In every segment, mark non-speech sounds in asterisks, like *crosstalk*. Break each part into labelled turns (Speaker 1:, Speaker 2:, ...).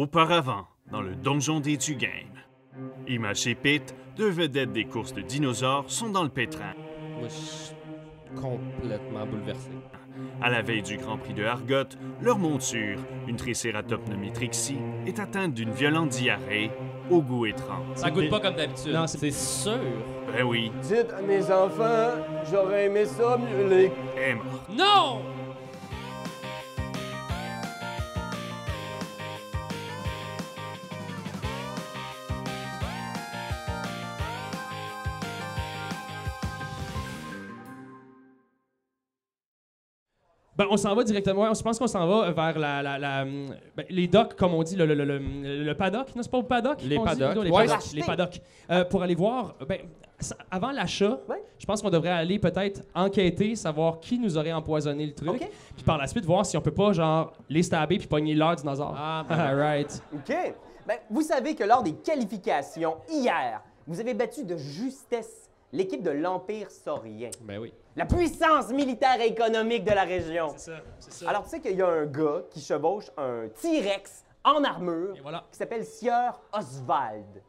Speaker 1: Auparavant, dans le donjon des Tugaines, Image et Pete, deux vedettes des courses de dinosaures, sont dans le pétrin.
Speaker 2: Moi, je suis complètement bouleversé.
Speaker 1: À la veille du Grand Prix de Argot, leur monture, une tricératop nommée Trixie, est atteinte d'une violente diarrhée au goût étrange.
Speaker 2: Ça goûte pas comme d'habitude.
Speaker 3: Non, c'est sûr.
Speaker 1: Ben oui,
Speaker 4: Dites à mes enfants, j'aurais aimé ça mieux les.
Speaker 1: elle est morte.
Speaker 2: Non!
Speaker 3: Ben, on s'en va directement. ouais, Je pense qu'on s'en va euh, vers la, la- la, hum, ben, les docks, comme on dit, le, le, le, le- le paddock. Non, c'est pas au paddock?
Speaker 2: Les
Speaker 3: qu'on dit,
Speaker 2: paddocks.
Speaker 3: plutôt, Les
Speaker 2: Ouais.
Speaker 3: paddocks. Les paddocks. Euh, pour aller voir, ben, ça- avant l'achat,
Speaker 4: Ouais.
Speaker 3: je pense qu'on devrait aller peut-être enquêter, savoir qui nous aurait empoisonné le truc.
Speaker 4: Ok.
Speaker 3: Puis par la suite, voir si on peut pas, genre, les stabber puis pogner l'heure dinosaure. *laughs*
Speaker 2: Ah, ben.
Speaker 3: right.
Speaker 4: OK. Ben, vous savez que lors des qualifications, hier, vous avez battu de justesse l'équipe de l'Empire saurien,
Speaker 2: Ben oui.
Speaker 4: la puissance militaire et économique de la région.
Speaker 3: C'est ça, c'est ça.
Speaker 4: Alors, tu sais qu'il y a un gars qui chevauche un T-Rex en armure
Speaker 3: Et voilà.
Speaker 4: qui s'appelle Sieur Oswald.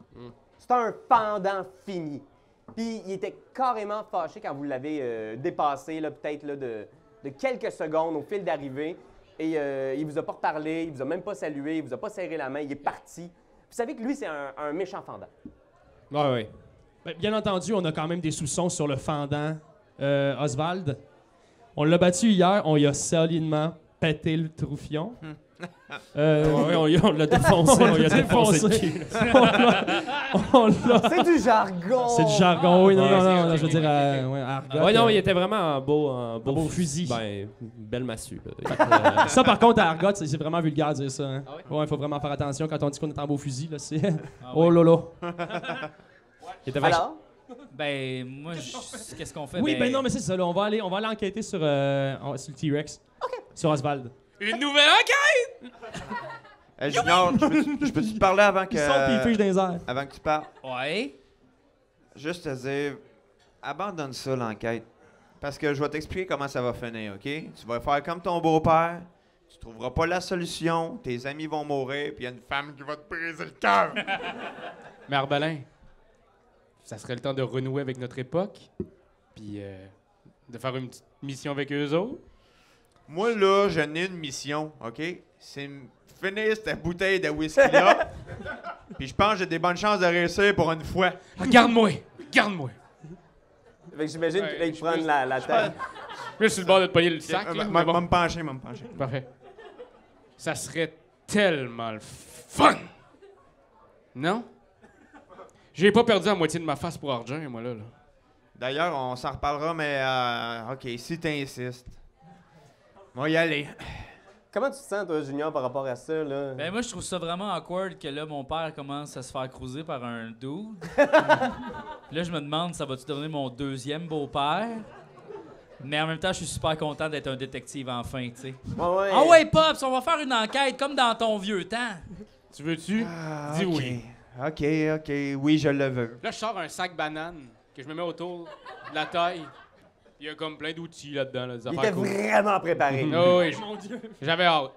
Speaker 4: C'est un pendant fini. Puis, il était carrément fâché quand vous l'avez euh, dépassé, là, peut-être là, de, de quelques secondes au fil d'arrivée. Et euh, il vous a pas reparlé, il vous a même pas salué, il vous a pas serré la main, il est parti. Vous savez que lui, c'est un, un méchant fendant.
Speaker 2: Ouais, ouais.
Speaker 3: Ben, bien entendu, on a quand même des soupçons sur le fendant euh, Oswald. On l'a battu hier, on y a solidement pété le troufion. Euh,
Speaker 2: Ouais, ouais, on, y- on
Speaker 3: *laughs*
Speaker 2: l'a défoncé. on y a défoncé. le cul.
Speaker 3: on l'a- on l'a-
Speaker 4: C'est du jargon!
Speaker 3: C'est du
Speaker 4: *laughs*
Speaker 3: jargon, oui, non,
Speaker 2: Ouais,
Speaker 3: non,
Speaker 2: c'est-
Speaker 3: non,
Speaker 2: ok,
Speaker 3: non, je veux
Speaker 2: ok,
Speaker 3: dire,
Speaker 2: ok,
Speaker 3: euh,
Speaker 2: ok.
Speaker 3: ouais, argot,
Speaker 2: Ouais, non,
Speaker 3: euh,
Speaker 2: il était vraiment en beau, en beau,
Speaker 3: beau fusil.
Speaker 2: Ben, une belle massue. là. Il était, euh,
Speaker 3: *laughs* Ça, par contre, à Argot, c'est c'est vraiment vulgaire de dire ça. hein.
Speaker 2: Ah
Speaker 3: ouais? il faut vraiment faire attention quand on dit qu'on est en beau fusil, là, c'est...
Speaker 5: Ah
Speaker 3: *laughs* Oh lolo.
Speaker 2: il était vachement-
Speaker 4: Alors,
Speaker 5: Ben, moi, je- qu'est-ce qu'on fait?
Speaker 3: Oui, ben non, mais c'est ça, là, on va aller, on va aller enquêter sur, euh, en- sur le T-Rex. Sur Oswald.
Speaker 5: Une nouvelle enquête!
Speaker 6: Euh, Junior, je peux-tu- je peux-tu te parler avant que,
Speaker 3: Ils sont pis ils fichent dans les airs.
Speaker 6: avant que tu parles?
Speaker 5: Ouais.
Speaker 6: Juste te dire, abandonne ça l'enquête. Parce que je vais t'expliquer comment ça va finir, OK? Tu vas faire comme ton beau-père, tu trouveras pas la solution, tes amis vont mourir, puis il y a une femme qui va te briser le cœur.
Speaker 2: Mais Arbalin, ça serait le temps de renouer avec notre époque, puis euh, de faire une petite mission avec eux autres.
Speaker 6: Moi, là, je n'ai une mission, OK? C'est m- finir cette bouteille de whisky-là, puis je pense que j'ai des bonnes chances de réussir pour une fois.
Speaker 2: Regarde-moi! Regarde-moi!
Speaker 4: fait que j'imagine
Speaker 2: Ouais,
Speaker 4: qu'ils
Speaker 2: je
Speaker 4: prennent
Speaker 2: peux-
Speaker 4: la, la tête.
Speaker 2: Là, je suis sur le bord de te pogner le sac.
Speaker 6: Euh,
Speaker 2: là,
Speaker 6: m-
Speaker 2: mais
Speaker 6: m-
Speaker 2: bon.
Speaker 6: m- me pencher, me pencher.
Speaker 2: Parfait. Ça serait tellement le fun! Non? J'ai pas perdu la moitié de ma face pour argent, moi, là. là.
Speaker 6: D'ailleurs, on s'en reparlera, mais euh, OK, si t'insistes. On va y aller.
Speaker 4: Comment tu te sens, toi, Junior, par rapport à ça, là?
Speaker 5: Ben, moi, je trouve ça vraiment awkward que là, mon père commence à se faire cruiser par un dude. là, je me demande, ça va-tu devenir mon deuxième beau-père? Mais en même temps, je suis super content d'être un détective enfin, tu sais.
Speaker 4: Ouais, ouais.
Speaker 5: Ah ouais, Pops, on va faire une enquête comme dans ton vieux temps.
Speaker 2: Tu veux-tu?
Speaker 6: Ah,
Speaker 2: Dis
Speaker 6: ok.
Speaker 2: oui.
Speaker 6: OK, OK, oui, je le veux.
Speaker 2: Là, je sors un sac banane que je me mets autour de la taille. Il y a comme plein d'outils là-dedans, là, des
Speaker 4: Il
Speaker 2: affaires
Speaker 4: était
Speaker 2: cool.
Speaker 4: vraiment préparé.
Speaker 2: Ah oui, j'avais hâte.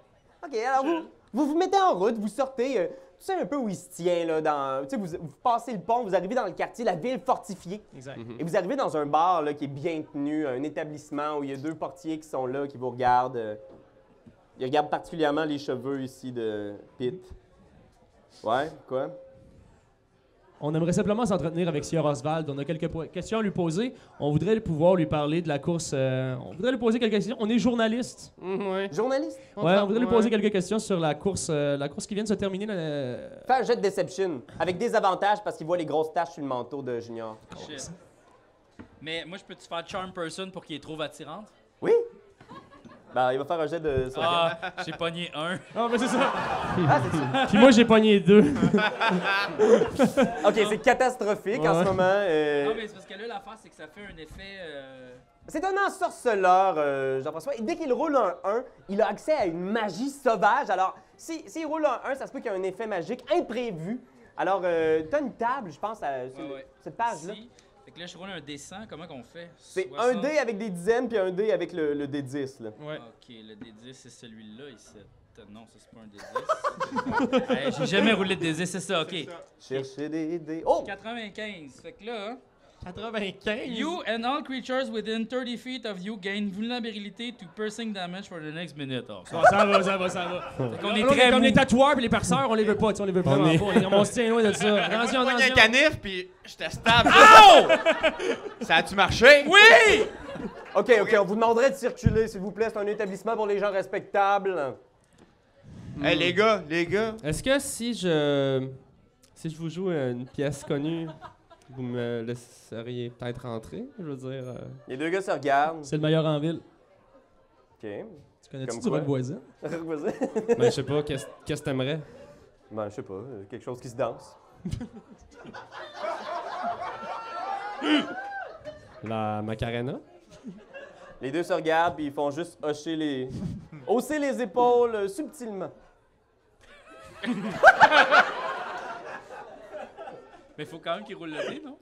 Speaker 4: OK, alors vous, vous vous mettez en route, vous sortez, euh, tu sais un peu où il se tient, là, dans, tu sais, vous, vous passez le pont, vous arrivez dans le quartier, la ville fortifiée,
Speaker 3: Exact.
Speaker 4: et vous arrivez dans un bar là, qui est bien tenu, un établissement où il y a deux portiers qui sont là, qui vous regardent. euh, ils regardent particulièrement les cheveux ici de Pete. Ouais, quoi?
Speaker 3: On aimerait simplement s'entretenir avec Sieur Oswald. On a quelques po- questions à lui poser. On voudrait pouvoir lui parler de la course. euh, on voudrait lui poser quelques questions. On est journaliste.
Speaker 4: Journaliste?
Speaker 3: Ouais, on voudrait lui poser quelques questions sur la course, euh, la course qui vient de se terminer. là, euh,
Speaker 4: Fais un jet de Deception, avec des avantages parce qu'il voit les grosses taches sur le manteau de Junior.
Speaker 5: Shit. Mais moi, je peux-tu faire Charm Person pour qu'il est trouve attirante?
Speaker 4: Oui? Ben, il va faire un jet de...
Speaker 5: Ah, j'ai pogné un.
Speaker 3: Ah, ben c'est ça.
Speaker 4: Ah, c'est ça.
Speaker 3: Puis moi, j'ai pogné deux.
Speaker 4: OK, c'est catastrophique en
Speaker 3: Ouais.
Speaker 4: ce moment. euh,
Speaker 5: Non, mais c'est parce que là, l'affaire, c'est que ça fait un effet. euh,
Speaker 4: C'est un ensorceleur, euh, Jean-François. Et dès qu'il roule un 1, il a accès à une magie sauvage. Alors, si- s'il roule un 1, ça se peut qu'il y ait un effet magique imprévu. Alors, euh, t'as une table, je pense, à sur
Speaker 5: Ouais,
Speaker 4: le-
Speaker 5: ouais.
Speaker 4: cette page-là.
Speaker 5: Si. Fait que là, je roule un dessin. Comment qu'on fait?
Speaker 4: C'est un
Speaker 5: 60.
Speaker 4: dé avec des dizaines, puis un dé avec le, le dé 10. Là.
Speaker 3: Ouais.
Speaker 5: Ok, le D10, c'est celui-là ici. Non, ça, c'est pas un D10. *laughs* Hey, J'ai jamais roulé de D10, c'est ça, OK.
Speaker 4: Chercher des dés. Oh!
Speaker 5: 95. Fait que là,
Speaker 7: 95?
Speaker 5: you and all creatures within 30 feet of you gain vulnerability to piercing damage for the next minute. Oh, ça,
Speaker 7: Ah, ça va, ça va, ça va.
Speaker 3: *laughs*
Speaker 5: on est
Speaker 7: Alors,
Speaker 5: très
Speaker 7: comme
Speaker 5: mou.
Speaker 7: les tatoueurs et les perceurs, on les veut pas, tu sais, on les veut vraiment
Speaker 1: est-
Speaker 7: pas. On est- On se tient loin de ça. Attention,
Speaker 6: Pogne un
Speaker 7: attention.
Speaker 6: canif, puis je te stab. *laughs* Ça a-tu marché?
Speaker 5: Oui!
Speaker 4: OK, OK, on vous demanderait de circuler, s'il vous plaît. C'est un établissement pour les gens respectables.
Speaker 6: Hey, Eh,
Speaker 5: Mm.
Speaker 6: les gars, les gars.
Speaker 3: Est-ce que si je si je vous joue une pièce connue, vous me laisseriez peut-être rentrer? Je veux dire. euh,
Speaker 4: Les deux gars se regardent.
Speaker 7: C'est le meilleur en ville.
Speaker 4: OK. *laughs*
Speaker 3: Tu
Speaker 4: Comme
Speaker 3: connais-tu
Speaker 4: quoi?
Speaker 3: du votre voisin?
Speaker 4: Vas-y.
Speaker 3: Ben, je sais pas, qu'est-ce qu'est-ce que t'aimerais?
Speaker 4: ben, je sais pas, euh, quelque chose qui se danse.
Speaker 3: La Macarena?
Speaker 4: Les deux se regardent, puis ils font juste hocher les... hausser les épaules euh, subtilement.
Speaker 5: Mais faut quand même qu'il roule le dé, non?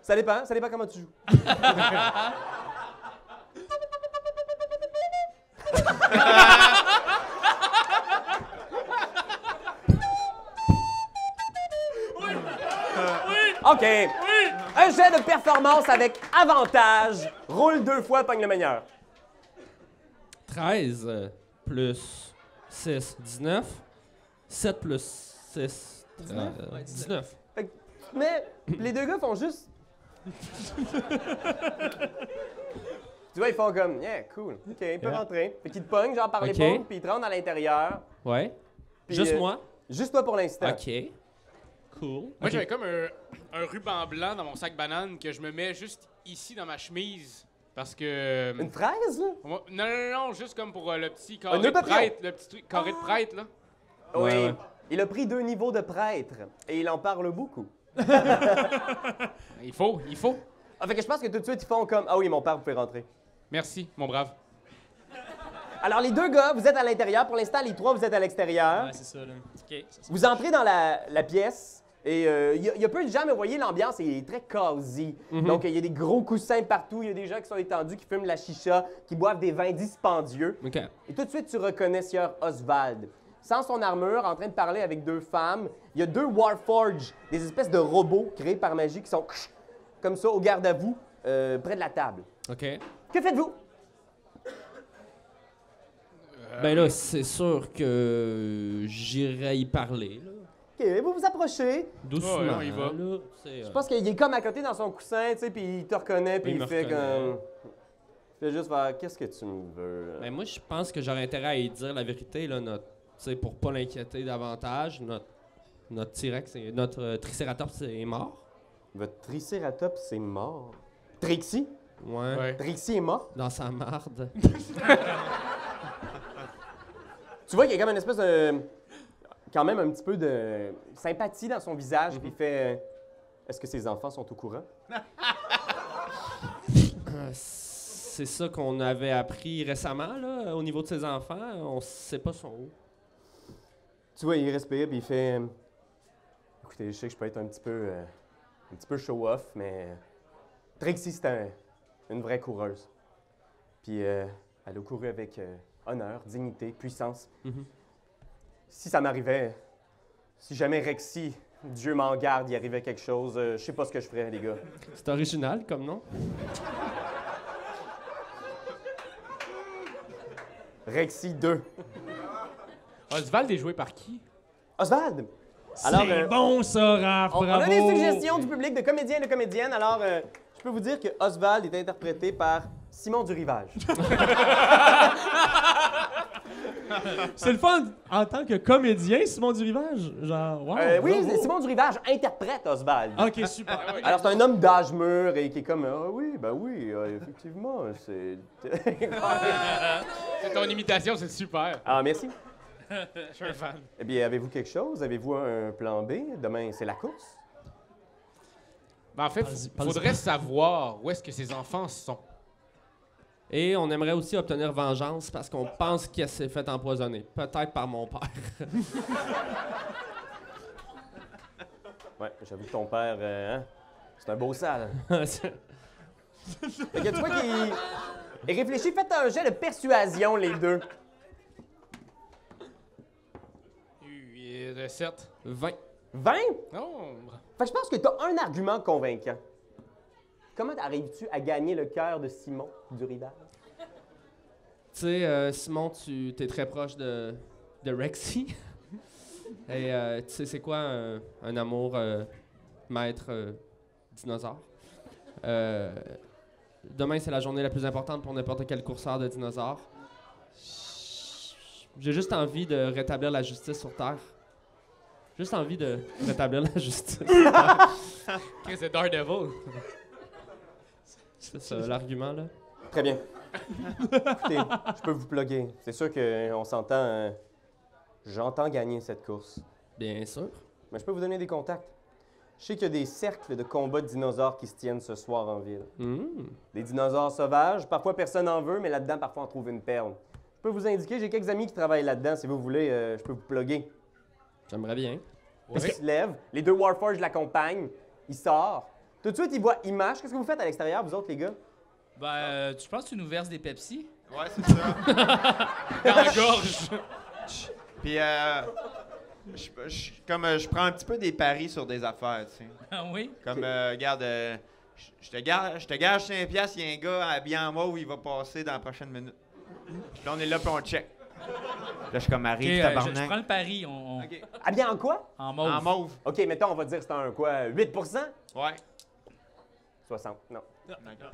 Speaker 4: Ça dépend, ça dépend comment tu joues. OK. Un jet de performance avec avantage. Roule deux fois, pogne le meilleur.
Speaker 3: 13 euh, plus 6, 19. 7 plus euh, 6, 19.
Speaker 4: Mais les deux gars font juste. tu vois, ils font comme, yeah, cool. OK, ils peuvent
Speaker 3: Yeah.
Speaker 4: rentrer. Fait qu'ils te pognent, genre par
Speaker 3: OK.
Speaker 4: l'épaule, puis ils te rendent à l'intérieur.
Speaker 3: Ouais.
Speaker 4: Puis,
Speaker 3: Juste
Speaker 4: euh,
Speaker 3: moi?
Speaker 4: Juste toi pour l'instant.
Speaker 3: Ok. Cool.
Speaker 2: Moi, j'avais comme un, un ruban blanc dans mon sac banane que je me mets juste ici dans ma chemise. Parce que.
Speaker 4: Une fraise, là?
Speaker 2: on va- Non, non, non, juste comme pour euh, le petit carré
Speaker 4: Un
Speaker 2: de
Speaker 4: nœud papillon.
Speaker 2: prêtre. Le petit truc- carré de prêtre, là.
Speaker 4: Oui.
Speaker 3: ouais.
Speaker 4: Il a pris deux niveaux de prêtre et il en parle beaucoup.
Speaker 2: Il faut, il faut.
Speaker 4: Ah, fait que je pense que tout de suite, ils font comme, ah oui, mon père, vous pouvez rentrer.
Speaker 2: Merci, mon brave.
Speaker 4: Alors, les deux gars, vous êtes à l'intérieur. Pour l'instant, les trois, vous êtes à l'extérieur.
Speaker 7: c'est ça, là.
Speaker 4: Vous entrez dans la, la pièce et il y, a- y a peu de gens, mais vous voyez, l'ambiance est très cosy. Donc, il y a des gros coussins partout, il y a des gens qui sont étendus, qui fument de la chicha, qui boivent des vins dispendieux.
Speaker 3: Ok.
Speaker 4: Et tout de suite, tu reconnais Sieur Oswald. Sans son armure, en train de parler avec deux femmes, il y a deux Warforges, des espèces de robots créés par magie qui sont comme ça au garde à vous, euh, près de la table.
Speaker 3: Ok.
Speaker 4: Que faites-vous?
Speaker 3: Ben là, c'est sûr que j'irai y parler. Là.
Speaker 4: Ok, vous vous approchez.
Speaker 3: Doucement.
Speaker 2: Ouais, on y va.
Speaker 3: Là, C'est, euh,
Speaker 4: Je pense qu'il est comme à côté dans son coussin, tu sais, puis il te reconnaît, puis
Speaker 3: Il
Speaker 4: il,
Speaker 3: me
Speaker 4: fait
Speaker 3: reconnaît.
Speaker 4: comme. Il fait juste faire Qu'est-ce que tu me veux?
Speaker 3: Ben moi, je pense que j'aurais intérêt à y dire la vérité, là, notre, tu sais, pour pas l'inquiéter davantage. Notre, notre T-Rex, est- notre euh, Triceratops est mort.
Speaker 4: Votre tricératops c'est mort. Trixie?
Speaker 3: Ouais.
Speaker 2: Ouais.
Speaker 4: Trixie est mort.
Speaker 3: Dans sa marde.
Speaker 4: Tu vois qu'il y a comme une espèce de. quand même un petit peu de sympathie dans son
Speaker 3: Mhm.
Speaker 4: visage, puis il fait. euh, Est-ce que ses enfants sont au courant?
Speaker 3: Euh, c'est ça qu'on avait appris récemment, là, au niveau de ses enfants. On sait pas son haut.
Speaker 4: Tu vois, il respire, puis il fait. euh, Écoutez, je sais que je peux être un petit peu. euh, un petit peu show-off, mais. euh, Trixie, c'est un- une vraie coureuse. Puis euh, elle a couru avec euh, honneur, dignité, puissance. Si ça m'arrivait, si jamais Rexy, Dieu m'en garde, il arrivait quelque chose, euh, je sais pas ce que je ferais, les gars.
Speaker 3: C'est original comme nom.
Speaker 4: Rexy 2.
Speaker 2: Oswald Ah, est joué par qui?
Speaker 4: Oswald! Alors,
Speaker 7: C'est
Speaker 4: euh,
Speaker 7: bon, ça, Raph,
Speaker 4: On, on
Speaker 7: bravo!
Speaker 4: a des suggestions du public de comédiens et de comédiennes, alors euh, je peux vous dire que Oswald est interprété par Simon Durivage.
Speaker 7: *laughs* C'est le fun en tant que comédien, Simon Durivage. Genre, wow!
Speaker 4: Euh, oui,
Speaker 7: bravo.
Speaker 4: Simon Durivage interprète Oswald.
Speaker 7: Ok, super.
Speaker 4: *laughs* Alors, c'est un homme d'âge mûr et qui est comme Ah oui, ben oui, euh, effectivement, c'est. *laughs*
Speaker 2: C'est ton imitation, c'est super.
Speaker 4: ah, merci.
Speaker 2: *laughs* Je suis un fan.
Speaker 4: Eh bien, avez-vous quelque chose Avez-vous un plan B Demain, c'est la course.
Speaker 2: Ben, en fait,
Speaker 7: Parle-y,
Speaker 2: il
Speaker 7: parle-y.
Speaker 2: faudrait savoir où est-ce que ses enfants sont.
Speaker 3: Et on aimerait aussi obtenir vengeance parce qu'on pense qu'elle s'est fait empoisonner. Peut-être par mon père. *laughs*
Speaker 4: Ouais, j'avoue que ton père, euh, hein, c'est un beau sale. Fait que tu vois qu'il. il réfléchit, faites un jet de persuasion, les deux.
Speaker 2: Euh, 7.
Speaker 3: 20.
Speaker 4: 20?
Speaker 2: Oh!
Speaker 4: Fait que je pense que t'as un argument convaincant. Comment arrives-tu à gagner le cœur de Simon du Rival?
Speaker 3: Tu sais, euh, Simon, tu es très proche de, de Rexy. *laughs* Et euh, tu sais, c'est quoi un, un amour euh, maître euh, dinosaure? Euh, demain, c'est la journée la plus importante pour n'importe quel courseur de dinosaures. J'ai juste envie de rétablir la justice sur Terre. Juste envie de rétablir la *laughs* justice.
Speaker 2: Chris, c'est Daredevil.
Speaker 3: c'est ça l'argument, là.
Speaker 4: Très bien. Écoutez, je peux vous plugger. C'est sûr qu'on s'entend. euh, J'entends gagner cette course.
Speaker 3: Bien sûr.
Speaker 4: Mais je peux vous donner des contacts. Je sais qu'il y a des cercles de combats de dinosaures qui se tiennent ce soir en ville.
Speaker 3: Hmm.
Speaker 4: Des dinosaures sauvages, parfois personne n'en veut, mais là-dedans, parfois on trouve une perle. Je peux vous indiquer, j'ai quelques amis qui travaillent là-dedans. Si vous voulez, euh, je peux vous plugger.
Speaker 3: J'aimerais bien.
Speaker 4: Il se lève, les deux Warforges l'accompagnent, il sort. Tout de suite, il voit Image. Qu'est-ce que vous faites à l'extérieur, vous autres, les gars?
Speaker 5: Ben, euh, tu penses que tu nous verses des *laughs* Pepsi?
Speaker 6: Ouais, c'est ça.
Speaker 2: Dans la gorge.
Speaker 6: *laughs* Puis, euh, je, je- comme euh, je prends un petit peu des paris sur des affaires, tu sais.
Speaker 5: Ah oui?
Speaker 6: Comme, euh, regarde, euh, je- je te gar- je te gage 5 piastres, il y a un gars habillé en mauve, il va passer dans la prochaine minute. Puis là, on est là, puis on check. Là, je suis comme
Speaker 5: Ok,
Speaker 6: Marie,
Speaker 5: euh, je, je
Speaker 6: tabarnak.
Speaker 5: prends le pari on, on-
Speaker 6: Ok.
Speaker 4: Ah bien, en quoi?
Speaker 5: en mauve.
Speaker 6: En mauve.
Speaker 4: OK, mettons, on va dire c'est un quoi? 8
Speaker 6: Ouais.
Speaker 4: 60, non.
Speaker 6: D'accord.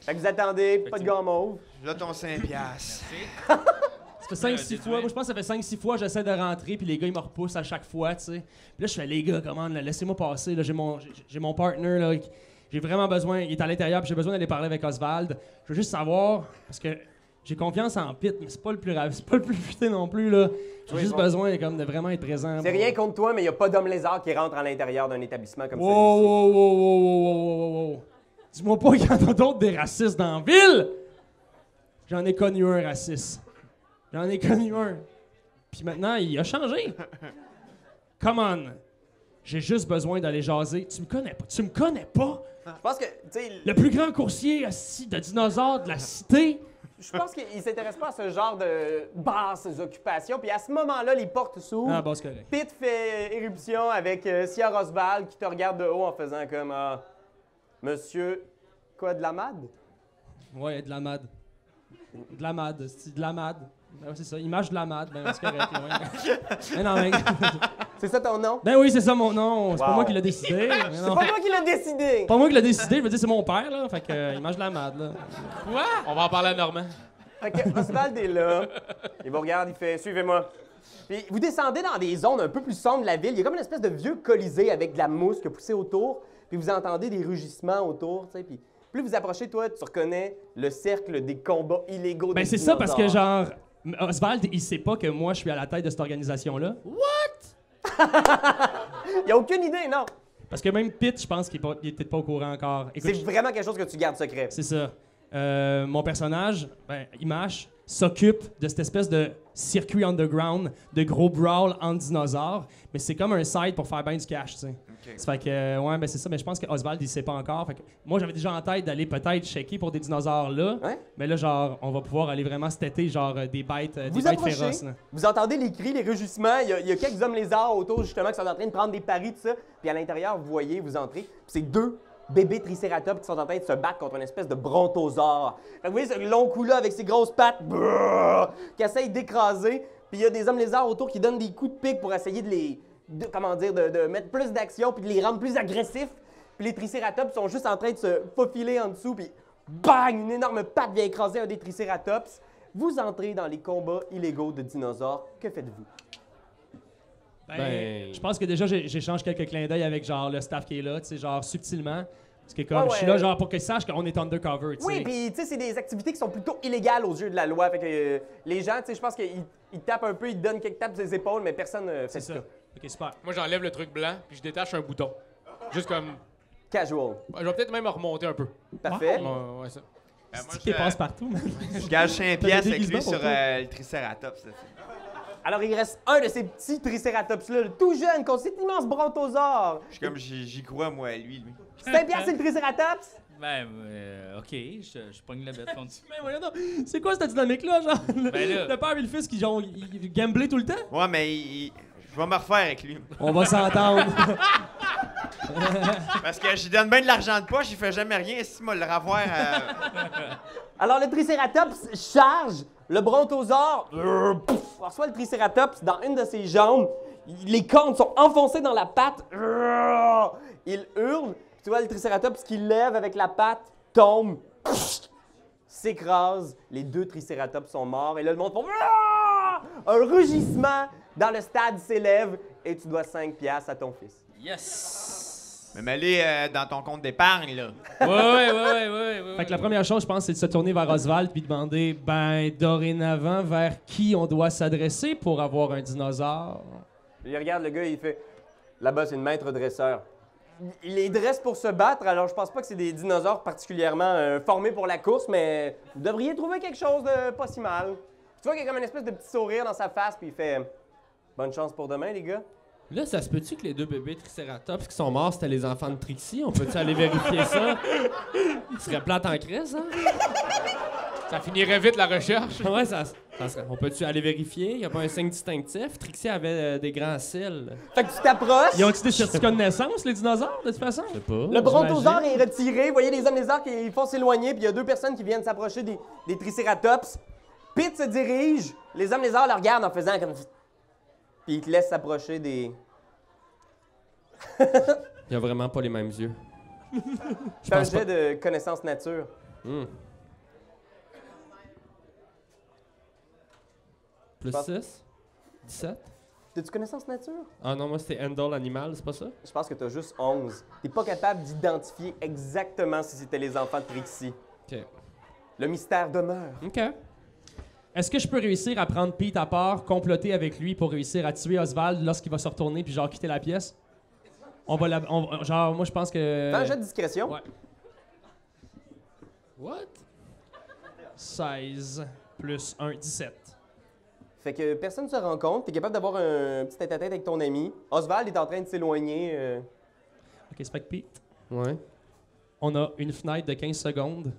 Speaker 4: Fait que vous attendez, pas de
Speaker 5: Effectivement.
Speaker 4: gants mauve.
Speaker 6: Là, ton 5 piastres.
Speaker 7: Ça fait 5-6
Speaker 5: déduire.
Speaker 7: fois. Moi, je pense que ça fait 5-6 fois j'essaie de rentrer, puis les gars, ils me repoussent à chaque fois, tu sais. Puis là, je fais, les gars, comment, laissez-moi passer. Là, j'ai mon, j'ai- j'ai mon partner, là. qui- J'ai vraiment besoin. Il est à l'intérieur, puis j'ai besoin d'aller parler avec Oswald. Je veux juste savoir, parce que j'ai confiance en Pete, mais c'est pas le plus rapide, c'est pas le plus futé non plus, là. J'ai
Speaker 4: Oui,
Speaker 7: juste
Speaker 4: bon.
Speaker 7: besoin, comme, de vraiment être présent.
Speaker 4: C'est rien contre toi, mais il n'y a pas d'homme lézard qui rentre à l'intérieur d'un établissement comme
Speaker 7: Wow,
Speaker 4: celui-ci.
Speaker 7: wow, wow, wow, wow, wow, wow, wow. Dis-moi pas qu'il y en a d'autres des racistes dans la ville! J'en ai connu un raciste. J'en ai connu un. Puis maintenant, il a changé. Come on. J'ai juste besoin d'aller jaser. Tu me connais pas. Tu me connais pas.
Speaker 4: Je pense que, tu sais,
Speaker 7: Le plus grand coursier assis de dinosaures de la cité.
Speaker 4: je pense qu'il s'intéresse pas à ce genre de basses occupations. Puis à ce moment-là, les portes s'ouvrent.
Speaker 7: Ah, bon, c'est correct.
Speaker 4: Pete fait éruption avec euh, Sia Rosval qui te regarde de haut en faisant comme ah, Monsieur quoi de la mad?
Speaker 7: Ouais, de la mad. De la mad, c'est de la mad. Ben ouais, c'est ça, image de la mad, ben ouais, c'est correct. ouais. Mais non, mais-
Speaker 4: C'est ça ton nom?
Speaker 7: Ben oui, c'est ça mon nom. C'est
Speaker 4: Wow.
Speaker 7: pas moi qui l'ai décidé. mais
Speaker 4: C'est
Speaker 7: non.
Speaker 4: pas toi qui l'as décidé!
Speaker 7: Pas moi qui l'ai décidé, je veux dire, c'est mon père, là. Fait que, euh, il mange de la merde, là.
Speaker 2: On va en parler à Normand.
Speaker 4: Fait que Oswald est là. Il vous regarde, il fait Suivez-moi. Puis vous descendez dans des zones un peu plus sombres de la ville. Il y a comme une espèce de vieux colisée avec de la mousse qui a poussé autour. Puis vous entendez des rugissements autour. tu sais. Puis plus vous approchez, toi, tu reconnais le cercle des combats illégaux.
Speaker 7: Ben,
Speaker 4: des
Speaker 7: c'est ça, parce que,
Speaker 4: dinosaures.
Speaker 7: genre, M- Oswald, il sait pas que moi, je suis à la tête de cette organisation-là.
Speaker 4: Il n'y a aucune idée, non.
Speaker 7: Parce que même Pitt, je pense qu'il est pas- il est peut-être pas au courant encore. Écoute,
Speaker 4: C'est vraiment quelque chose que tu gardes secret.
Speaker 7: c'est ça. Euh, mon personnage, ben, Image, s'occupe de cette espèce de circuit underground, de gros brawl en dinosaures. Mais c'est comme un site pour faire bien du cash, tu sais. Ça Fait que, euh, ouais, ben c'est ça, mais je pense que Oswald, il sait pas encore. Fait que moi, j'avais déjà en tête d'aller peut-être checker pour des dinosaures là.
Speaker 4: Ouais.
Speaker 7: Mais là, genre, on va pouvoir aller vraiment cet été, genre, euh, des bêtes, euh, des
Speaker 4: Vous
Speaker 7: bêtes
Speaker 4: approchez,
Speaker 7: féroces, là.
Speaker 4: vous entendez les cris, les rugissements. Il y, a, il y a quelques hommes lézards autour, justement, qui sont en train de prendre des paris, tout ça. Puis à l'intérieur, vous voyez, vous entrez, puis c'est deux bébés tricératops qui sont en train de se battre contre une espèce de brontosaure. Fait que vous voyez ce long cou-là avec ses grosses pattes, brrr, qui essaye d'écraser. Puis il y a des hommes lézards autour qui donnent des coups de pique pour essayer de les, de- comment dire, de, de mettre plus d'action, puis de les rendre plus agressifs. Puis les tricératops sont juste en train de se faufiler en dessous, puis bang, une énorme patte vient écraser un des tricératops. Vous entrez dans les combats illégaux de dinosaures. Que faites-vous?
Speaker 7: Ben,
Speaker 3: Ben-
Speaker 7: je pense que déjà, j'ai- j'échange quelques clins d'œil avec, genre, le staff qui est là, tu sais, genre, subtilement. Parce que, comme,
Speaker 4: Ouais,
Speaker 7: je suis
Speaker 4: ouais.
Speaker 7: là, genre, pour qu'ils sachent qu'on est undercover, tu sais.
Speaker 4: Oui, puis tu sais, c'est des activités qui sont plutôt illégales aux yeux de la loi. Fait que euh, les gens, tu sais, je pense qu'ils ils tapent un peu, ils donnent quelques tapes sur les épaules, mais personne ne fait
Speaker 7: c'est
Speaker 4: ça.
Speaker 7: ça. Ok, super.
Speaker 2: Moi, j'enlève le truc blanc, puis je détache un bouton. Juste comme.
Speaker 4: Casual.
Speaker 2: Je vais peut-être même remonter un peu.
Speaker 4: Parfait.
Speaker 2: Ouais, ouais, ça.
Speaker 6: Ben, moi,
Speaker 7: C'est qui
Speaker 6: je, euh,
Speaker 7: passe partout, man.
Speaker 6: je gage 5 piastres avec
Speaker 7: déguisement
Speaker 6: lui
Speaker 7: pour
Speaker 6: sur
Speaker 7: toi?
Speaker 6: euh, le Triceratops. là, tu sais.
Speaker 4: Alors, il reste un de ces petits tricératops-là, le tout jeune, contre cet immense brontosaure.
Speaker 6: Je suis comme, j'y j'y crois, moi, à lui, lui.
Speaker 4: Saint Pierre, c'est le tricératops.
Speaker 5: Ben, euh, ok, je, je pogne la bête contre
Speaker 7: Ben, voyons donc. C'est quoi cette dynamique-là, genre? Le,
Speaker 5: Ben là.
Speaker 7: le père et le fils qui, genre, ils- ils gamblaient tout le temps?
Speaker 6: Ouais, mais il- il- Je vais me refaire avec lui.
Speaker 7: On va s'entendre. *laughs*
Speaker 6: Parce que je lui donne bien de l'argent de poche, il fait jamais rien. Si moi le revoir euh, *laughs* à...
Speaker 4: Alors, le tricératops charge, le brontosaure euh, pouf, reçoit le tricératops dans une de ses jambes. Il- Les cornes sont enfoncées dans la patte. Euh, il hurle. Tu vois le tricératops qui lève avec la patte, tombe, pfft, s'écrase. Les deux tricératops sont morts. Et là, le monde fait euh, un rugissement dans le stade s'élève. Et tu dois 5 piastres à ton fils.
Speaker 5: Yes!
Speaker 6: Même aller euh, dans ton compte d'épargne, là.
Speaker 5: Ouais, ouais, ouais, ouais, ouais. ouais,
Speaker 7: Fait que la première chose, je pense, c'est de se tourner vers Oswald puis demander, ben, dorénavant, vers qui on doit s'adresser pour avoir un dinosaure?
Speaker 4: Il regarde le gars, il fait Là-bas, c'est une maître dresseur. Il les dresse pour se battre, alors je pense pas que c'est des dinosaures particulièrement euh, formés pour la course, mais vous devriez trouver quelque chose de pas si mal. Tu vois qu'il y a comme une espèce de petit sourire dans sa face, puis il fait Bonne chance pour demain, les gars.
Speaker 3: Là, ça se peut-tu que les deux bébés Triceratops qui sont morts, c'était les enfants de Trixie? On peut-tu aller vérifier ça? Ils seraient plates en crise, hein?
Speaker 2: Ça finirait vite la recherche.
Speaker 3: Ouais, ça, ça serait- On peut-tu aller vérifier? Il n'y a pas un signe distinctif? Trixie avait euh, des grands cils.
Speaker 4: Fait que tu t'approches.
Speaker 7: Ils ont-ils des certificats de naissance, les dinosaures, de toute façon?
Speaker 3: Je sais pas.
Speaker 4: Le brontosaure est retiré. Vous voyez les hommes lézards qui font s'éloigner, puis il y a deux personnes qui viennent s'approcher des, des tricératops. Pete se dirige. Les hommes lézards le regardent en faisant comme. Puis ils te laissent s'approcher des.
Speaker 3: Il a vraiment pas les mêmes yeux.
Speaker 4: C'est un
Speaker 3: pense
Speaker 4: jet de connaissance nature.
Speaker 3: Plus
Speaker 4: pense-
Speaker 3: 6? 17?
Speaker 4: T'as-tu connaissance nature?
Speaker 3: Ah non, moi c'était Handle Animal, c'est pas ça?
Speaker 4: Je pense que t'as juste 11. T'es pas capable d'identifier exactement si c'était les enfants de Trixie.
Speaker 3: Ok.
Speaker 4: Le mystère demeure.
Speaker 7: Euh,
Speaker 3: Ok.
Speaker 7: Est-ce que je peux réussir à prendre Pete à part, comploter avec lui pour réussir à tuer Oswald lorsqu'il va se retourner puis genre quitter la pièce? On va la. on- genre, moi, je pense que.
Speaker 4: Fais un jet de discrétion.
Speaker 7: ouais.
Speaker 3: What?
Speaker 7: 16 plus 1, 17.
Speaker 4: Fait que personne ne se rend compte. T'es capable d'avoir un petit tête-à-tête avec ton ami. Oswald est en train de s'éloigner. euh.
Speaker 7: Ok, c'est fait que Pete.
Speaker 3: Ouais.
Speaker 7: On a une fenêtre de 15 secondes.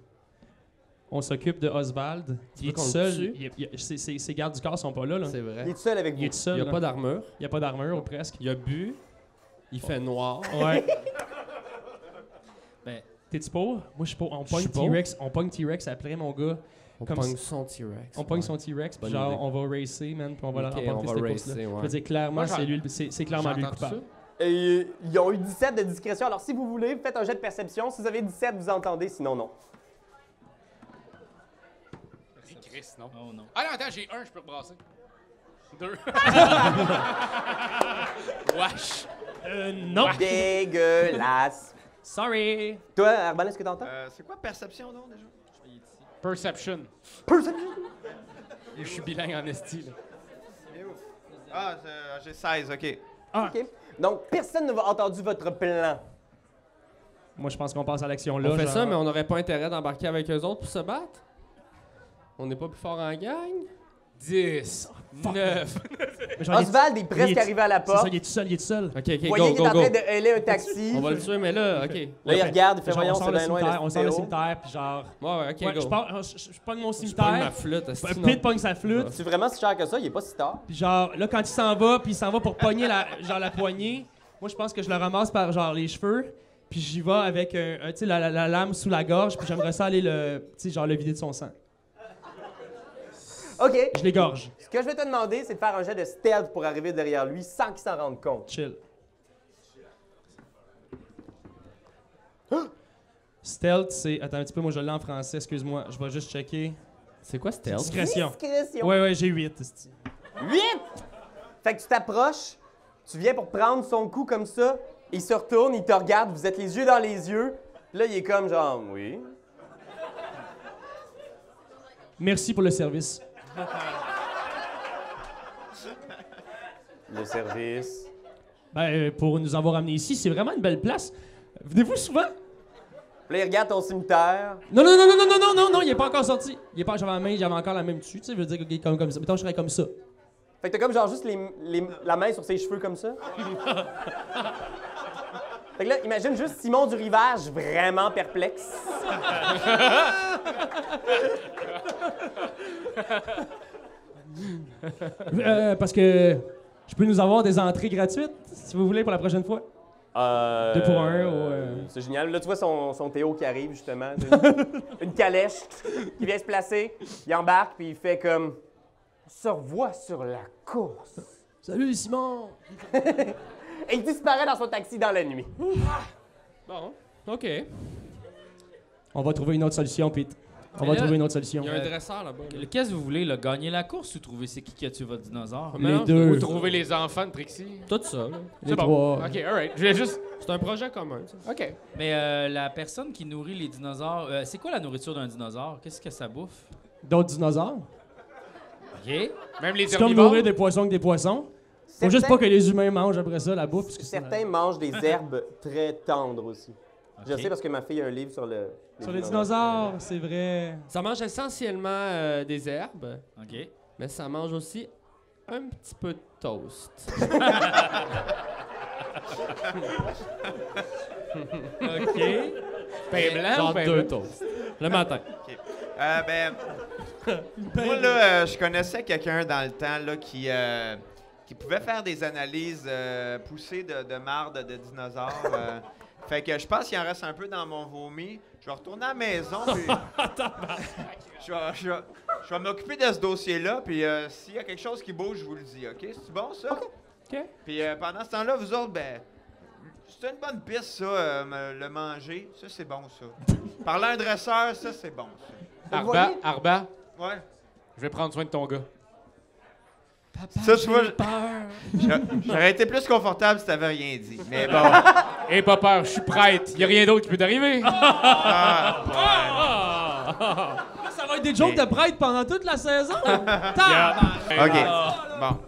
Speaker 7: On s'occupe de Oswald. Il
Speaker 3: veux
Speaker 7: est tout
Speaker 3: qu'on le
Speaker 7: seul.
Speaker 3: tue?
Speaker 7: Il est- il est- ses, ses- ses gardes du corps sont pas là. là.
Speaker 3: C'est
Speaker 4: Il est
Speaker 3: vrai.
Speaker 4: tout seul avec
Speaker 7: Il
Speaker 4: vous.
Speaker 7: est tout
Speaker 3: Il
Speaker 7: seul.
Speaker 3: n'y a
Speaker 7: là.
Speaker 3: pas d'armure.
Speaker 7: Il n'y a pas d'armure, ou presque.
Speaker 3: Il a bu. Il fait noir.
Speaker 7: *laughs* Ouais.
Speaker 3: Ben,
Speaker 7: T'es-tu pour? Moi, je suis pour. On
Speaker 3: Je suis
Speaker 7: pogne
Speaker 3: pour.
Speaker 7: T-Rex. On pogne T-Rex après, mon gars.
Speaker 3: on
Speaker 7: Comme
Speaker 3: pogne
Speaker 7: si-
Speaker 3: son T-Rex.
Speaker 7: On pogne
Speaker 3: ouais.
Speaker 7: son T-Rex, puis
Speaker 3: Bonne
Speaker 7: genre,
Speaker 3: idée.
Speaker 7: on va racer, man, puis on va
Speaker 3: Ok,
Speaker 7: l'emporter
Speaker 3: on va
Speaker 7: cette course-là.
Speaker 3: racer,
Speaker 7: Je veux
Speaker 3: ouais.
Speaker 7: dire, clairement,
Speaker 2: Moi, j'en-
Speaker 7: c'est lui le- c'est c'est clairement lui le
Speaker 3: J'entends
Speaker 7: coupable.
Speaker 3: ça?
Speaker 4: Et, euh, ils ont eu 17 de discrétion. Alors si vous voulez, faites un jet de perception. Si vous avez 17, vous entendez. Sinon, non.
Speaker 2: Chris, non.
Speaker 5: Oh non.
Speaker 2: Ah non, attends, j'ai un, je peux rebrasser.
Speaker 3: *laughs*
Speaker 2: Deux. Wesh.
Speaker 7: Euh, non!
Speaker 4: *laughs* Dégueulasse.
Speaker 7: Sorry!
Speaker 4: Toi, Arban, est-ce que t'entends?
Speaker 6: Euh, c'est quoi perception, non, déjà?
Speaker 2: Perception.
Speaker 4: Perception.
Speaker 2: Je suis bilingue en esti, là.
Speaker 6: Ah, c'est- euh, j'ai 16, OK.
Speaker 7: Euh.
Speaker 4: OK. Donc, personne n'a entendu votre plan.
Speaker 7: Moi, je pense qu'on passe à l'action là.
Speaker 3: On fait
Speaker 7: genre.
Speaker 3: ça, mais on n'aurait pas intérêt d'embarquer avec eux autres pour se battre. On n'est pas plus fort en gang.
Speaker 2: 10, 9.
Speaker 7: Mais genre, il est-
Speaker 4: Oswald est
Speaker 7: il
Speaker 4: presque
Speaker 7: est-
Speaker 4: arrivé à la
Speaker 7: C'est ça,
Speaker 4: porte.
Speaker 7: il est tout seul, il est tout seul.
Speaker 3: Ok, ok,
Speaker 4: Vous voyez
Speaker 3: go,
Speaker 4: qu'il est
Speaker 3: go,
Speaker 4: en
Speaker 3: go.
Speaker 4: train de hailer un taxi.
Speaker 3: On va le tuer, mais là, ok.
Speaker 4: Là, il regarde, il fait
Speaker 7: Genre,
Speaker 4: voyant,
Speaker 7: on sort
Speaker 4: c'est
Speaker 7: le
Speaker 4: bien loin.
Speaker 7: cimetière, on sort le
Speaker 4: vidéo.
Speaker 7: cimetière, puis genre.
Speaker 3: Ouais, ouais, ok,
Speaker 7: Ouais,
Speaker 3: go.
Speaker 7: je, pars- je, je- je pogne mon
Speaker 3: Je pogne ma
Speaker 7: cimetaire.
Speaker 3: flûte. esti,
Speaker 7: P-
Speaker 3: non.
Speaker 7: Pete pogne sa flûte.
Speaker 4: C'est vraiment si cher que ça, il est pas si tard.
Speaker 7: Puis genre, là, quand il s'en va, puis il s'en va pour pogner la, genre, la poignée, moi, je pense que je le ramasse par, genre, les cheveux. Puis j'y vais avec, un- un, tu sais, la, la- la lame sous la gorge, puis j'aimerais ça aller le, tu sais, genre, le vider de son sang.
Speaker 4: OK.
Speaker 7: Je l'égorge.
Speaker 4: Ce que je vais te demander, c'est de faire un jet de stealth pour arriver derrière lui sans qu'il s'en rende compte.
Speaker 7: Chill. Stealth, c'est... Attends un petit peu, moi, je l'ai en français, excuse-moi. Je vais juste checker.
Speaker 3: C'est quoi stealth?
Speaker 7: Discrétion.
Speaker 4: Discrétion.
Speaker 7: Ouais, ouais, j'ai 8.
Speaker 4: Vite! Fait que tu t'approches, tu viens pour prendre son coup comme ça, il se retourne, il te regarde, vous êtes les yeux dans les yeux. Là, il est comme genre, oui.
Speaker 7: Merci pour le service.
Speaker 4: Le service.
Speaker 7: Ben, euh, pour nous avoir amenés ici, c'est vraiment une belle place. Venez-vous souvent?
Speaker 4: Là, il regarde ton cimetière.
Speaker 7: Non, non, non, non, non, non, non, non, non, il est pas encore sorti. Il est pas, j'avais la main, j'avais encore la même dessus, tu sais, je veux dire, ok, comme, comme ça. Mettons, je serais comme ça.
Speaker 4: Fait que t'as comme genre juste les- les- la main sur ses cheveux comme ça. fait que là, imagine juste Simon du Rivage vraiment perplexe.
Speaker 7: Euh, parce que Je peux nous avoir des entrées gratuites, si vous voulez, pour la prochaine fois?
Speaker 4: Euh,
Speaker 7: Deux pour un, ou, euh,
Speaker 4: C'est génial. Là, tu vois son, son Théo qui arrive, justement. *laughs* tu sais, Une, une calèche qui vient se placer. Il embarque, puis il fait comme... On se revoit sur la course.
Speaker 7: Salut, Simon!
Speaker 4: Et il disparaît dans son taxi dans la nuit.
Speaker 3: Bon, OK. Il
Speaker 7: On va trouver une autre solution, Pete. On
Speaker 5: Mais
Speaker 7: va
Speaker 5: là,
Speaker 7: trouver une autre solution.
Speaker 3: y a un dresseur là-bas. là.
Speaker 5: Qu'est-ce que vous voulez, là? Gagner la course ou trouver c'est qui qui a tué votre dinosaure?
Speaker 7: Les
Speaker 3: Mais non,
Speaker 7: deux.
Speaker 3: faut trouver-
Speaker 2: Trouver les enfants de Trixie.
Speaker 3: Tout ça. là.
Speaker 7: Les
Speaker 2: C'est bon.
Speaker 7: trois.
Speaker 2: Ok, alright. Je vais juste.
Speaker 3: C'est un projet commun. ça.
Speaker 2: Ok.
Speaker 5: Mais euh, la personne qui nourrit les dinosaures, euh, c'est quoi la nourriture d'un dinosaure? Qu'est-ce que ça bouffe?
Speaker 7: D'autres dinosaures?
Speaker 5: OK.
Speaker 2: Même les
Speaker 7: C'est comme
Speaker 2: herbivores.
Speaker 7: nourrir des poissons que des poissons. Faut
Speaker 4: C'est
Speaker 7: juste pas que les humains mangent après ça la bouffe. Parce que c'est-
Speaker 4: Certains mangent des herbes très tendres aussi. Je
Speaker 5: Ok.
Speaker 4: sais parce que ma fille a un livre sur le...
Speaker 7: Sur les dinosaures, c'est vrai.
Speaker 3: Ça mange essentiellement euh, des herbes,
Speaker 5: OK.
Speaker 3: mais ça mange aussi un petit peu de toast.
Speaker 5: OK.
Speaker 2: Pain blanc ou
Speaker 3: Genre
Speaker 2: pain
Speaker 3: deux
Speaker 2: blanc?
Speaker 3: toasts. Le matin.
Speaker 6: Euh, ben, moi, là, euh, je connaissais quelqu'un dans le temps là, qui, euh, qui pouvait faire des analyses euh, poussées de, de marde de dinosaures. euh. fait que je pense qu'il en reste un peu dans mon vomi. Je vais retourner à la maison. Puis... je vais, je vais- je vais m'occuper de ce dossier-là. Puis euh, s'il y a quelque chose qui bouge, je vous le dis. OK? C'est bon, ça?
Speaker 3: OK.
Speaker 6: Puis euh, pendant ce temps-là, vous autres, ben. C'est une bonne piste, ça, euh, me- le manger. Ça, c'est bon, ça. Parler à un dresseur, ça, c'est bon, ça.
Speaker 2: Arba,
Speaker 4: voyez?
Speaker 2: Arba,
Speaker 6: Ouais.
Speaker 2: je vais prendre soin de ton gars.
Speaker 6: Ça, tu vois, je- j'aurais été plus confortable si t'avais rien dit. Mais bon.
Speaker 2: Hé, pas peur, je suis prête. Y a rien d'autre qui peut t'arriver.
Speaker 6: Ah.
Speaker 7: Ça va être des jokes de prêtre pendant toute
Speaker 6: *laughs*
Speaker 7: la saison. Ah,
Speaker 6: OK. Bon.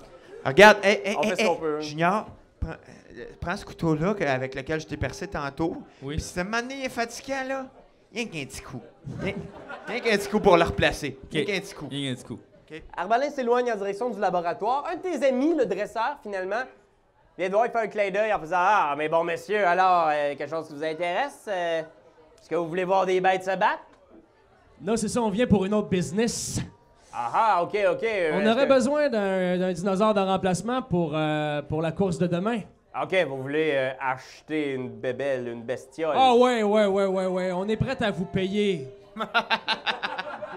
Speaker 6: Regarde, hey, hey,
Speaker 4: On
Speaker 6: hey,
Speaker 4: fait ce
Speaker 6: hey,
Speaker 4: qu'on peut.
Speaker 6: Junior, prends, euh, prends ce couteau-là que- avec lequel je t'ai percé tantôt.
Speaker 5: Oui.
Speaker 6: Puis si ça m'a donné, il est fatiguant, là, rien qu'un petit coup. Rien, rien qu'un petit coup pour le replacer. Rien qu'un petit coup.
Speaker 5: Il y a un petit coup.
Speaker 4: Arbalin s'éloigne en direction du laboratoire. Un de tes amis, le dresseur, finalement, vient de voir, il fait un clin d'œil en faisant Ah, mais bon, monsieur, alors, euh, quelque chose qui vous intéresse euh, Est-ce que vous voulez voir des bêtes se battre
Speaker 7: Là, c'est ça, on vient pour une autre business.
Speaker 4: Ah, ah, ok, ok. euh,
Speaker 7: On
Speaker 4: est-ce
Speaker 7: aurait
Speaker 4: que-
Speaker 7: besoin d'un d'un dinosaure de remplacement pour, euh, pour la course de demain.
Speaker 4: Ok, vous voulez euh, acheter une bébelle, une bestiole
Speaker 7: Ah ouais, ouais, ouais, ouais, ouais. On est prêt à vous payer.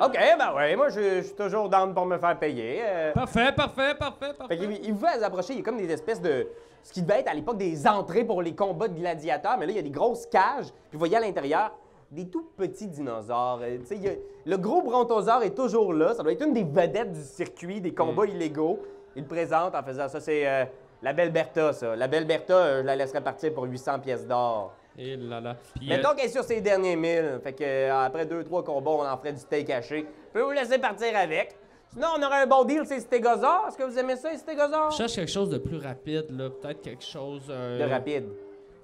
Speaker 4: Ok, ben ouais, moi, je je suis toujours down pour me faire payer. euh.
Speaker 7: Parfait, parfait, parfait,
Speaker 4: Fait
Speaker 7: parfait.
Speaker 4: qu'il il veut les approcher, il y a comme des espèces de. Ce qui devait être à l'époque des entrées pour les combats de gladiateurs, mais là, il y a des grosses cages, puis vous voyez à l'intérieur des tout petits dinosaures. euh, tu sais, il y a- le gros brontosaure est toujours là, ça doit être une des vedettes du circuit des combats illégaux. Il le présente en faisant ça, c'est euh, la belle Bertha, ça. La belle Bertha, euh, je la laisserai partir pour 800 pièces d'or.
Speaker 3: Et Eh là là.
Speaker 5: Puis, euh,
Speaker 4: Mettons qu'elle est sur ses derniers mille. Fait que euh, après deux, trois combats, on en ferait du steak haché. Je peux vous laisser partir avec. Sinon, on aurait un bon deal, c'est le stégosaure. Est-ce que vous aimez ça, les stégosaures?
Speaker 3: Je cherche quelque chose de plus rapide, là. Peut-être quelque chose. euh,
Speaker 4: de rapide.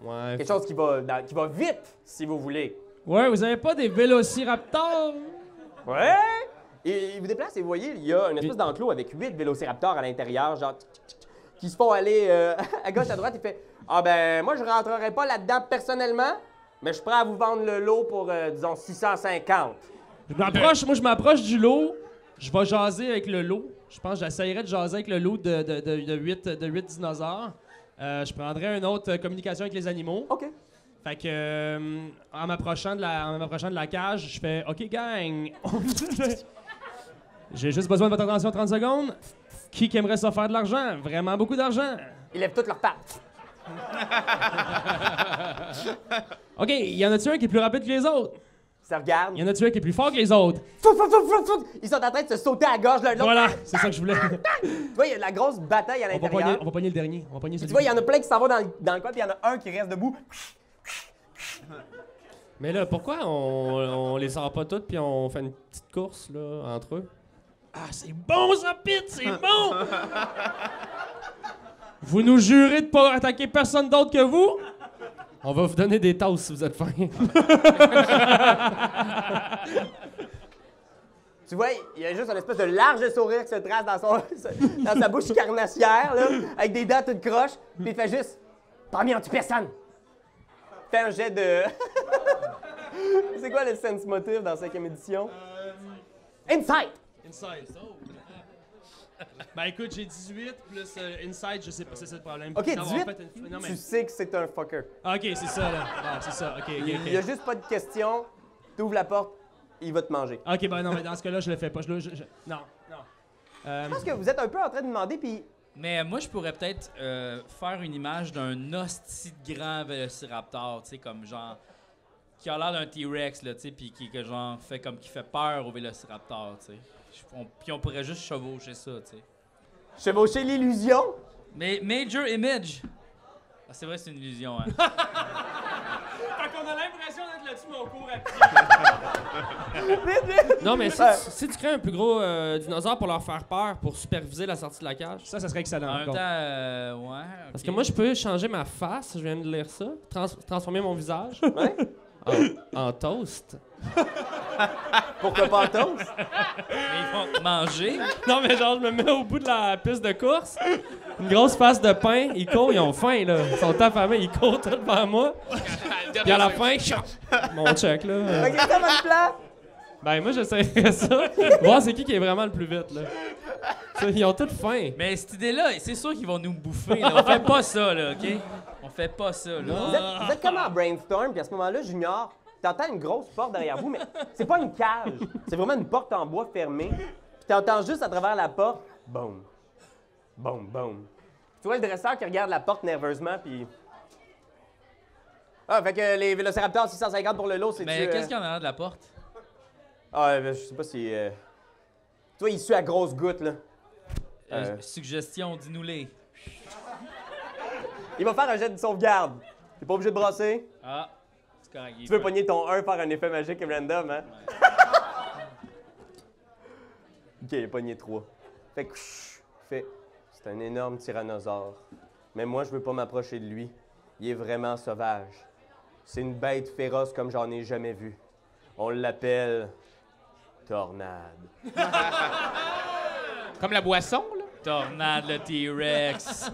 Speaker 3: Ouais.
Speaker 4: Quelque chose qui va, dans- qui va vite, si vous voulez.
Speaker 7: Ouais, vous avez pas des vélociraptors?
Speaker 4: Ouais! Et il vous déplace et vous voyez, il y a une espèce d'enclos avec huit vélociraptors à l'intérieur, genre, tch, tch, tch, qui se font aller euh, *laughs* à gauche, à droite. Il fait Ah ben, moi, je rentrerai pas là-dedans personnellement, mais je suis prêt à vous vendre le lot pour, euh, disons, 650.
Speaker 7: Je m'approche, moi je m'approche du lot. Je vais jaser avec le lot. Je pense que j'essayerai de jaser avec le lot de, de, de, 8, de huit dinosaures. Euh, je prendrai une autre euh, communication avec les animaux.
Speaker 4: OK.
Speaker 7: Fait que, euh, en m'approchant de, la- en m'approchant de la cage, je fais OK, gang. *laughs* J'ai juste besoin de votre attention 30 secondes. Qui qui aimerait se faire de l'argent? Vraiment beaucoup d'argent.
Speaker 4: Ils lèvent toutes leurs pattes.
Speaker 7: OK, y en a-tu un qui est plus rapide que les autres?
Speaker 4: Ils se regardent.
Speaker 7: Y en a-tu un qui est plus fort que les autres?
Speaker 4: Fou, fou, fou, fou, fou. Ils sont en train de se sauter à la gorge l'un de l'autre.
Speaker 7: Voilà, c'est ça que
Speaker 4: *laughs*
Speaker 7: je voulais.
Speaker 4: Tu vois, il y a de la grosse bataille à
Speaker 7: On va, pogner,
Speaker 4: l'intérieur.
Speaker 7: on va pogner le dernier. On va pogner
Speaker 4: Tu
Speaker 7: celui
Speaker 4: vois, il y en a plein qui s'en vont dans le, dans le coin, puis il y en a un qui reste debout.
Speaker 3: Mais là, pourquoi on, on les sort pas toutes puis on fait une petite course, là, entre eux?
Speaker 7: Ah, c'est bon ça, Pete, c'est bon! *laughs* vous nous jurez de pas attaquer personne d'autre que vous?
Speaker 3: On va vous donner des toasts si vous
Speaker 7: *laughs*
Speaker 3: êtes faim.
Speaker 4: Tu vois, il y a juste un espèce de large sourire qui se trace dans, son, *laughs* dans sa bouche carnassière, là, avec des dents toutes croches, puis il fait juste Parmi anti-personne! Fais un jet de. *laughs* C'est quoi le sense
Speaker 7: Euh,
Speaker 4: motive dans 5 édition? Insight!
Speaker 7: oh, Ben écoute, j'ai 18 plus euh, Inside, je sais pas, c'est ça le problème.
Speaker 4: Ok,
Speaker 7: D'avoir
Speaker 4: 18?
Speaker 7: fait une- non, mais-
Speaker 4: Tu sais que c'est un fucker.
Speaker 7: Ah, Ok, c'est ça là. Ah, c'est ça, ok, ok,
Speaker 4: Il y a
Speaker 7: ok.
Speaker 4: juste pas de question. T'ouvres la porte, il va te manger.
Speaker 7: Ok, ben non, mais dans ce cas-là, je le fais pas. Je, le- je- je- Non, non. Euh,
Speaker 4: Je pense que vous êtes un peu en train de demander, puis
Speaker 5: Mais moi, je pourrais peut-être euh, faire une image d'un hostie de grand vélociraptor, tu sais, comme genre. qui a l'air d'un T-Rex, là, tu sais, puis qui, que genre, fait comme. qui fait peur au vélociraptor, tu sais. Je- on- Puis on pourrait juste chevaucher ça, tu sais.
Speaker 4: chevaucher l'illusion.
Speaker 5: Mais Major Image! Ah, c'est vrai, c'est une illusion, hein.
Speaker 7: Fait qu'on a l'impression d'être là-dessus, mon cours à pied.
Speaker 3: Non, mais si,
Speaker 4: Ouais.
Speaker 3: tu- si tu crées un plus gros euh, dinosaure pour leur faire peur, pour superviser la sortie de la cage.
Speaker 7: Ça, ça serait excellent.
Speaker 5: en
Speaker 7: par
Speaker 5: même temps,
Speaker 7: contre.
Speaker 5: euh, ouais. ok.
Speaker 3: Parce que moi, je peux changer ma face, je viens de lire ça, trans- transformer mon visage
Speaker 4: Ouais.
Speaker 3: en, en toast.
Speaker 4: *laughs* Pourquoi pas en toast?
Speaker 5: Mais ils vont te manger.
Speaker 3: Non, mais genre, je me mets au bout de la piste de course, une grosse face de pain, ils courent, ils ont faim, là. Ils sont affamés, ils courent tout devant moi. Puis à la fin, chop, mon check, là. euh,
Speaker 4: Ok, ça votre plan.
Speaker 3: Ben, moi, j'essaierais ça. Voir c'est qui qui est vraiment le plus vite, là. Tu sais, Ils ont toutes faim.
Speaker 5: Mais cette idée-là, c'est sûr qu'ils vont nous bouffer, là. On fait pas ça, là, OK? On fait pas ça, là.
Speaker 4: Vous êtes, vous êtes comme en brainstorm, puis à ce moment-là, Junior, t'entends une grosse porte derrière vous, mais c'est pas une cage. C'est vraiment une porte en bois fermée. Puis t'entends juste à travers la porte, boum, boum, boum. Tu vois le dresseur qui regarde la porte nerveusement, puis... Ah, fait que les Vélociraptors 650 pour le lot, c'est
Speaker 5: Mais Ben, qu'est-ce qu'il y en a de la porte?
Speaker 4: Ah, euh, je sais pas si... euh, Toi, il sue à grosses gouttes, là. Euh.
Speaker 5: Euh, Suggestion, dis-nous-les.
Speaker 4: Il va faire un jet de sauvegarde. T'es pas obligé de brasser.
Speaker 5: Ah, c'est correct. il
Speaker 4: Tu veux
Speaker 5: peut.
Speaker 4: pogner ton 1, faire un effet magique et random, hein? *laughs* ok, il a pogné 3. Fait que, chut, fait, c'est un énorme tyrannosaure. Mais moi, je veux pas m'approcher de lui. Il est vraiment sauvage. C'est une bête féroce comme j'en ai jamais vu. On l'appelle Tornade.
Speaker 2: Comme la boisson, là.
Speaker 5: Tornade, le
Speaker 4: *laughs*
Speaker 5: T-Rex.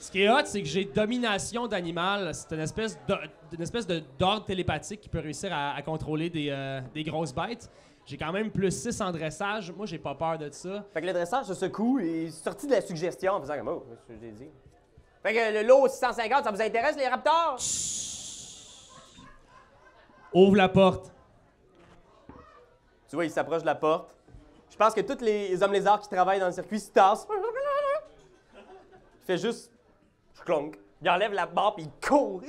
Speaker 7: Ce qui est hot, c'est que j'ai domination d'animal. C'est une espèce de- d'une espèce de d'ordre télépathique qui peut réussir à, à contrôler des, euh, des grosses bêtes. J'ai quand même plus 6 en dressage. Moi, j'ai pas peur de ça.
Speaker 4: Fait que le dresseur se secoue et est sorti de la suggestion en faisant comme, oh, c'est ce que j'ai dit. Fait que le lot 650, ça vous intéresse, les raptors?
Speaker 7: Ouvre la porte.
Speaker 4: Tu vois, il s'approche de la porte. Je pense que tous les hommes lézards qui travaillent dans le circuit se tassent. Il fait juste. Je clonk. Il enlève la barre puis il court.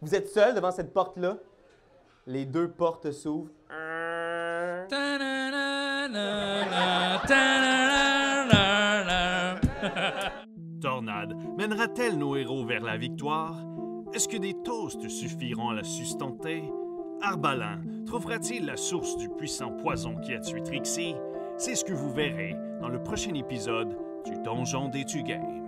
Speaker 4: Vous êtes seul devant cette porte-là. Les deux portes s'ouvrent.
Speaker 5: Ta-na-na-na-na, ta-na-na-na-na.
Speaker 1: Tornade mènera-t-elle nos héros vers la victoire? Est-ce que des toasts suffiront à la sustenter? Arbalin trouvera-t-il la source du puissant poison qui a tué Trixie? C'est ce que vous verrez dans le prochain épisode du Donjon des Tugames.